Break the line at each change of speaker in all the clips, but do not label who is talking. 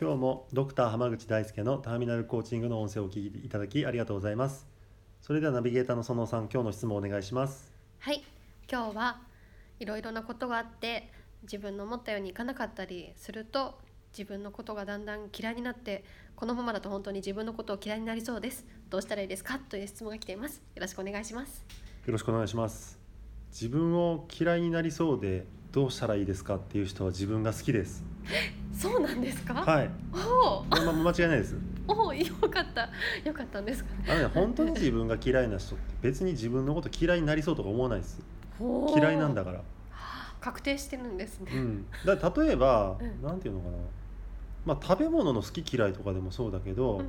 今日もドクター濱口大輔のターミナルコーチングの音声をお聞きいただきありがとうございますそれではナビゲーターの園さん今日の質問をお願いします
はい今日はいろいろなことがあって自分の思ったようにいかなかったりすると自分のことがだんだん嫌いになってこのままだと本当に自分のことを嫌いになりそうですどうしたらいいですかという質問が来ていますよろしくお願いします
よろしくお願いします自分を嫌いになりそうでどうしたらいいですかっていう人は自分が好きです
そうなんですか、
はいこ
お
れはま間違いないです
おおおよかったよかったんですかね
あのね本当に自分が嫌いな人って別に自分のこと嫌いになりそうとか思わないです 嫌いなんだから
確定してるんですね、
うん、だから例えば、
うん
なんていうのかな、まあ、食べ物の好き嫌いとかでもそうだけど、
うんうん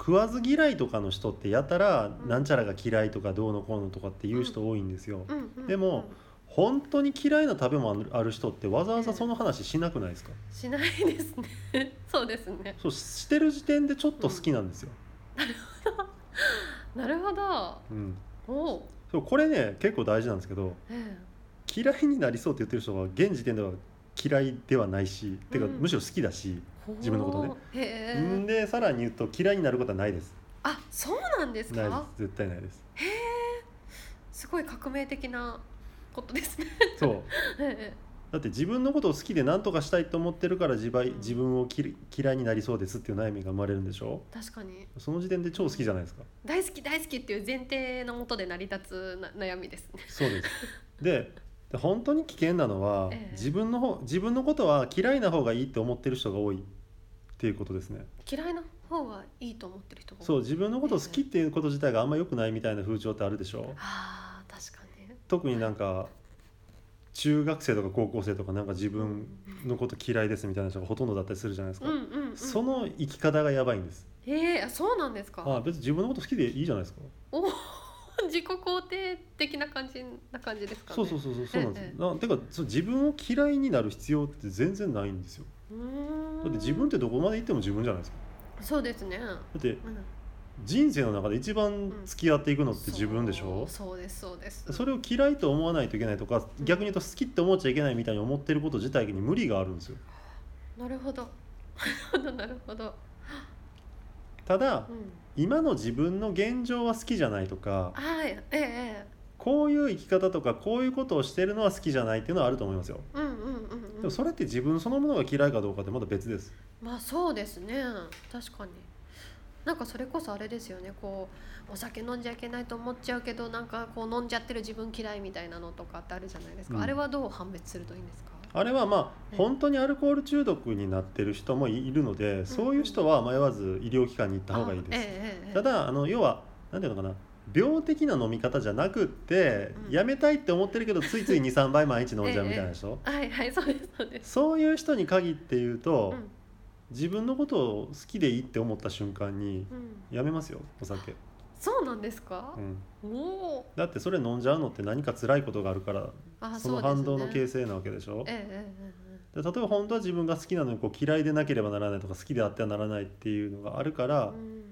食わず嫌いとかの人ってやたら、
うん
なんちゃらが嫌いとかどうのこうのとかっていう人多いんですよ、
うんうんうん
でも本当に嫌いな食べ物ある人ってわざわざその話しなくないですか、
しないですね そうですね
そうしてる時点でちょっと好きなんですよ、
なるほど
うん、
おお、
そうこれね結構大事なんですけど
ええ
嫌いになりそうって言ってる人は現時点では嫌いではないし、てか
うん
むしろ好きだし、自分のことね
ね。へえ
んでさらに言うと嫌いになることはないです
あ、そうなんです
ないです
か。
絶対ないです
すごい革命的なことですね。
そう
ええ
だって自分のことを好きで何とかしたいと思ってるから自分自分をきり嫌いになりそうですっていう悩みが生まれるんでしょ
確かに
その時点で超好きじゃないですか
大好き大好きっていう前提のもとで成り立つな悩みですね。
そう ですでで本当に危険なのは、
ええ
自分の方自分のことは嫌いな方がいいって思ってる人が多いっていうことですね
嫌いな方がいいと思ってる人が多い。
そう自分のことを好きっていうこと自体があんま良くないみたいな風潮ってあるでしょ
ああ、確かに。
特になんか中学生とか高校生とかなんか自分のこと嫌いですみたいな人がほとんどだったりするじゃないですか、
うんうん、うん。
その生き方がやばいんです
ええあ、そうなんですか。
あ別に自分のこと好きでいいじゃないですか。
おお、自己肯定的な感じな感じですかね。
そうそうそうそうそうなんですよ。
え
なてかそう自分を嫌いになる必要って全然ないんですよ。
うーん。
だって自分ってどこまで行っても自分じゃないですか。
そうですね。うん。
だって人生の中で一番付き合っていくのって自分でしょ。
そうそうですそうです。
それを嫌いと思わないといけないとか
うん
逆に言うと好きって思っちゃいけないみたいに思ってること自体に無理があるんですよ
なるほど。 なるほどなるほど。
ただ
うん。
今の自分の現状は好きじゃないとか
はい、ええええ、
こういう生き方とかこういうことをしてるのは好きじゃないっていうのはあると思いますよ
うんうんうん、うん。
でもそれって自分そのものが嫌いかどうかってまた別です
まあ、そうですね。確かに。なんかそれこそあれですよねこうお酒飲んじゃいけないと思っちゃうけどなんかこう飲んじゃってる自分嫌いみたいなのとかってあるじゃないですか、
うん
あれはどう判別するといいんですか
あれはまあ
うん
本当にアルコール中毒になってる人もいいるのでそういう人は迷わず医療機関に行った方がいい
あ
で
え
す。
えええ、
ただあの要は何ていうのかな病的な飲み方じゃなくって
うん
やめたいって思ってるけどついつい23倍毎日飲んじゃうみたいな人
はいはいそうですそうです、
そういう人に限って言う
う
と
ん
自分のことを好きでいいって思った瞬間に
うん、
やめますよお酒、
そうなんですか
う、ん、
おお
だってそれ飲んじゃうのって何か辛いことがあるから
あ
その反動の
そうで
形
すね
成なわけでしょ
えええええ
で
え
例えば本当は自分が好きなのにこう嫌いでなければならないとか好きであってはならないっていうのがあるから
うんうん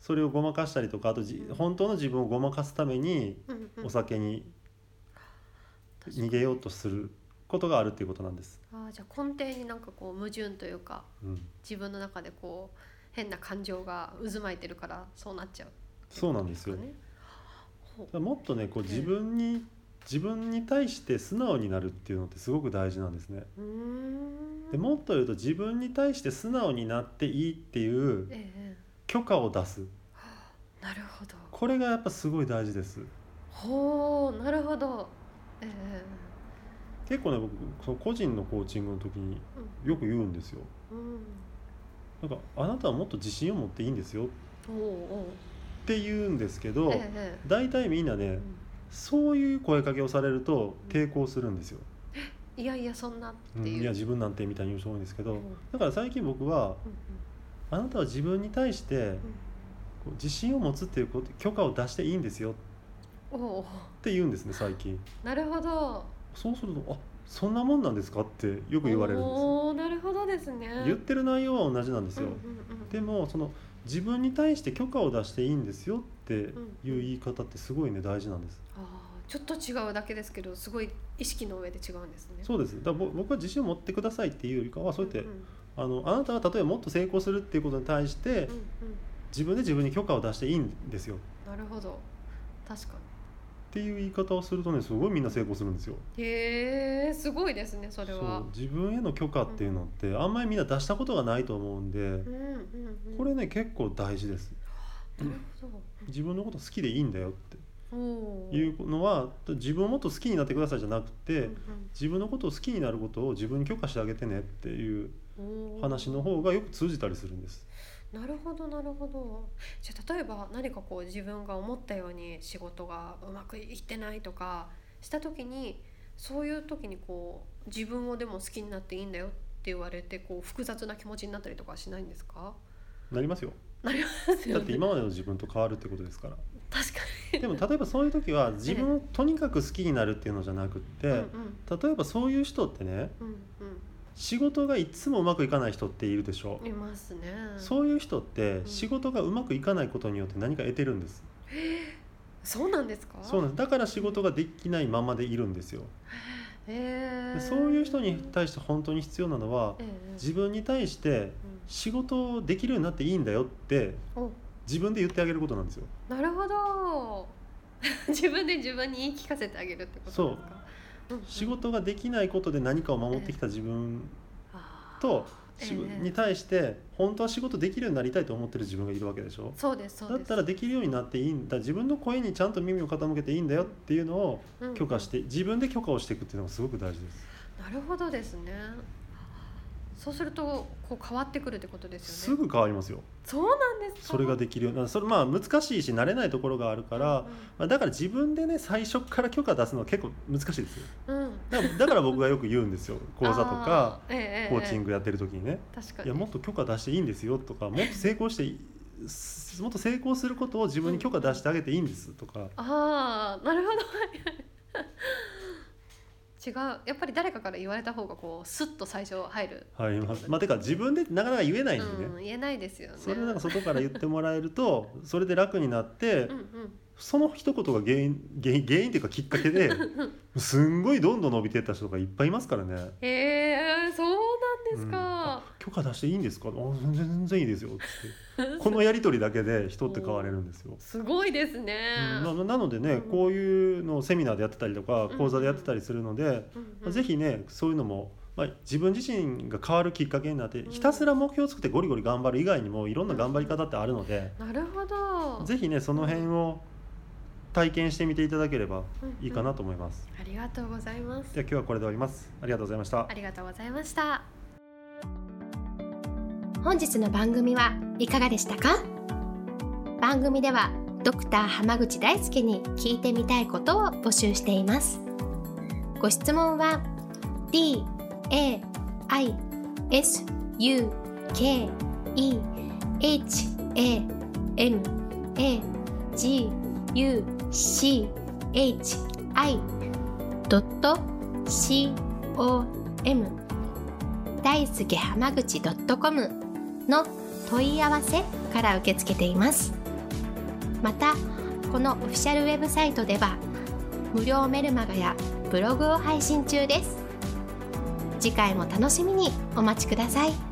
それをごまかしたりとかあとじ本当の自分をごまかすために
うんうん
お酒に
確かに
逃げようとすることがあるっていうことなんです。
あーじゃあ根底になんかこう矛盾というか
うん、
自分の中でこう変な感情が渦巻いてるからそうなっちゃうってい
そうなん
こと
ですよ
かねほ
だからもっとねこう自分に自分に対して素直になるっていうのってすごく大事なんですね。
ううーん
でもっと言うと自分に対して素直になっていいっていう
ええ
許可を出す
なるほど
これがやっぱすごい大事です。
ほうなるほどええ
結構ね僕その個人のコーチングの時によく言うんですよ
うん
なんかあなたはもっと自信を持っていいんですよっ
おう
て言うんですけ
お
ど
うええ
大体みんな
ええ
ね
うん
そういう声かけをされると抵抗するんですよ
いやいやそんなっ
うん
ていう、
いや自分なんてみたいに言う人多いんですけど、
うん
だから最近僕は
うん
あなたは自分に対してこう自信を持つっていうこと許可を出していいんですよっ
うんうんおお
て言うんですね最近
なるほど
そうするとあそんなもんなんですかってよく言われるんですよ
おおなるほどですね
言ってる内容は同じなんですよ、
うんうんうん
でもその自分に対して許可を出していいんですよっていう言い方ってすごいね大事なんです
あーちょっと違うだけですけどすごい意識の上で違うんですね
そうですだからぼ僕は自信を持ってくださいっていうよりかはそうやって、
んん
あのあなたは例えばもっと成功するっていうことに対して
うんうん
自分で自分に許可を出していいんですよ
なるほど確か
っていう言い方をするとねすごいみんな成功するんですよ
にへえすごいですねそれ
そ
は
う自分への許可っていうのってあんまりみんな出したことがないと思うんで、
うんうんうん
これね結構大事です
なるほ
自分のこと好きでいいんだよっ
どお
ていうのは自分をもっと好きになってくださいじゃなくて、
うん
自分のことを好きになることを自分に許可してあげてねっていう
うんおー
話の方がよく通じたりするんです。
なるほどなるほどじゃあ例えば何かこう自分が思ったように仕事がうまくいってないとかした時にそういう時にこう自分をでも好きになっていいんだよって言われてこう複雑な気持ちになったりとかはしないんですか
なりますよ。
なります
だ
よ
っ
ね
て今までの自分と変わるってことですから。
確か
でも例えばそういう時は自分をとにかく好きになるっていうのじゃなくっ
に、
て、
うん
例えばそういう人ってね、
うんうん
仕事がいつもうまくいかない人っているでしょ
うんいますね
う。
う
そういう人って
ん
仕事がうまくいかないことによって何か得てるんです。
そうなんですか
そうなんです。だから仕事ができないままでいるんですよ。
へ
で
ー
そういう人に対して本当に必要なのは
ええ
自分に対して仕事できるようになっていいんだよって
うんお
自分で言ってあげることなんですよ
なるほど 自分で自分に言い聞かせてあげるってことですか
そう
うんうん
仕事ができないことで何かを守ってきた自分
あー
と
ええ
仕事に対して本当は仕事できるようになりたいと思ってる自分がいるわけでしょ
そうですそう
だっ
です
たらできるようになっていいんだ自分の声にちゃんと耳を傾けていいんだよっていうのを
うんうん
許可して自分で許可をしていくっていうのがすごく大事で
なるほどですねそうするとこう変わってくるってことです
す
よ
す
ね
ぐ変わりますよ
そうなんですか
それが
き
できるようなそれまあ難しいし慣れないところがあるからまあだから自分でね最初から許可出すのは結構難しいですよ
うん、うんうん
だからだから僕がよく言うん ですよ講座とか
あーええええ
コーチングやってる時にね
確か
い
に
やもっと許可出していいんですよとかもっと成功していすもっと成功することを自分に許可出してあげていいんですとか
ああなるほど 違うやっぱり誰かから言われた方がこうスッと最初入る、
はいまあまあてか自分でなかなか言えないんで
う
ね
ん、言えないですよね
それをなんか外から言ってもらえると それで楽になって
うんうん
その一言が原因原因原因っていうかきっかけ ですんごいどんどん伸びてった人がいっぱいいますからね。
えー、そうなんです
うんあ、
か
許可出していいんですかあ全然全然いい ですよっつってこのやり取りだけで人って変われるんですよ。
すごいですね、
うんななのでね、
うん
こういうのをセミナーでやってたりとか
うん
講座でやってたりするので、
うん
まあぜひねそういうのも、まあ、自分自身が変わるきっかけになって、
ん
ひたすら目標を作ってゴリゴリ頑張る以外にもいろんな頑張り方ってあるので、
なるほど
ぜひねその辺を体験してみていただければいいかなと思います。
ありがとうございます
では今日はこれで終わります。ありがとうございました
あ。りがとうございました
本日の番組はいかがでしたか番組ではドクター濱口大輔に聞いてみたいことを募集していますご質問は d a i s u k e h a m a g u c h i c o m 大輔濱口 .com の問い合わせから受け付けていますまたこのオフィシャルウェブサイトでは無料メルマガやブログを配信中です次回も楽しみにお待ちください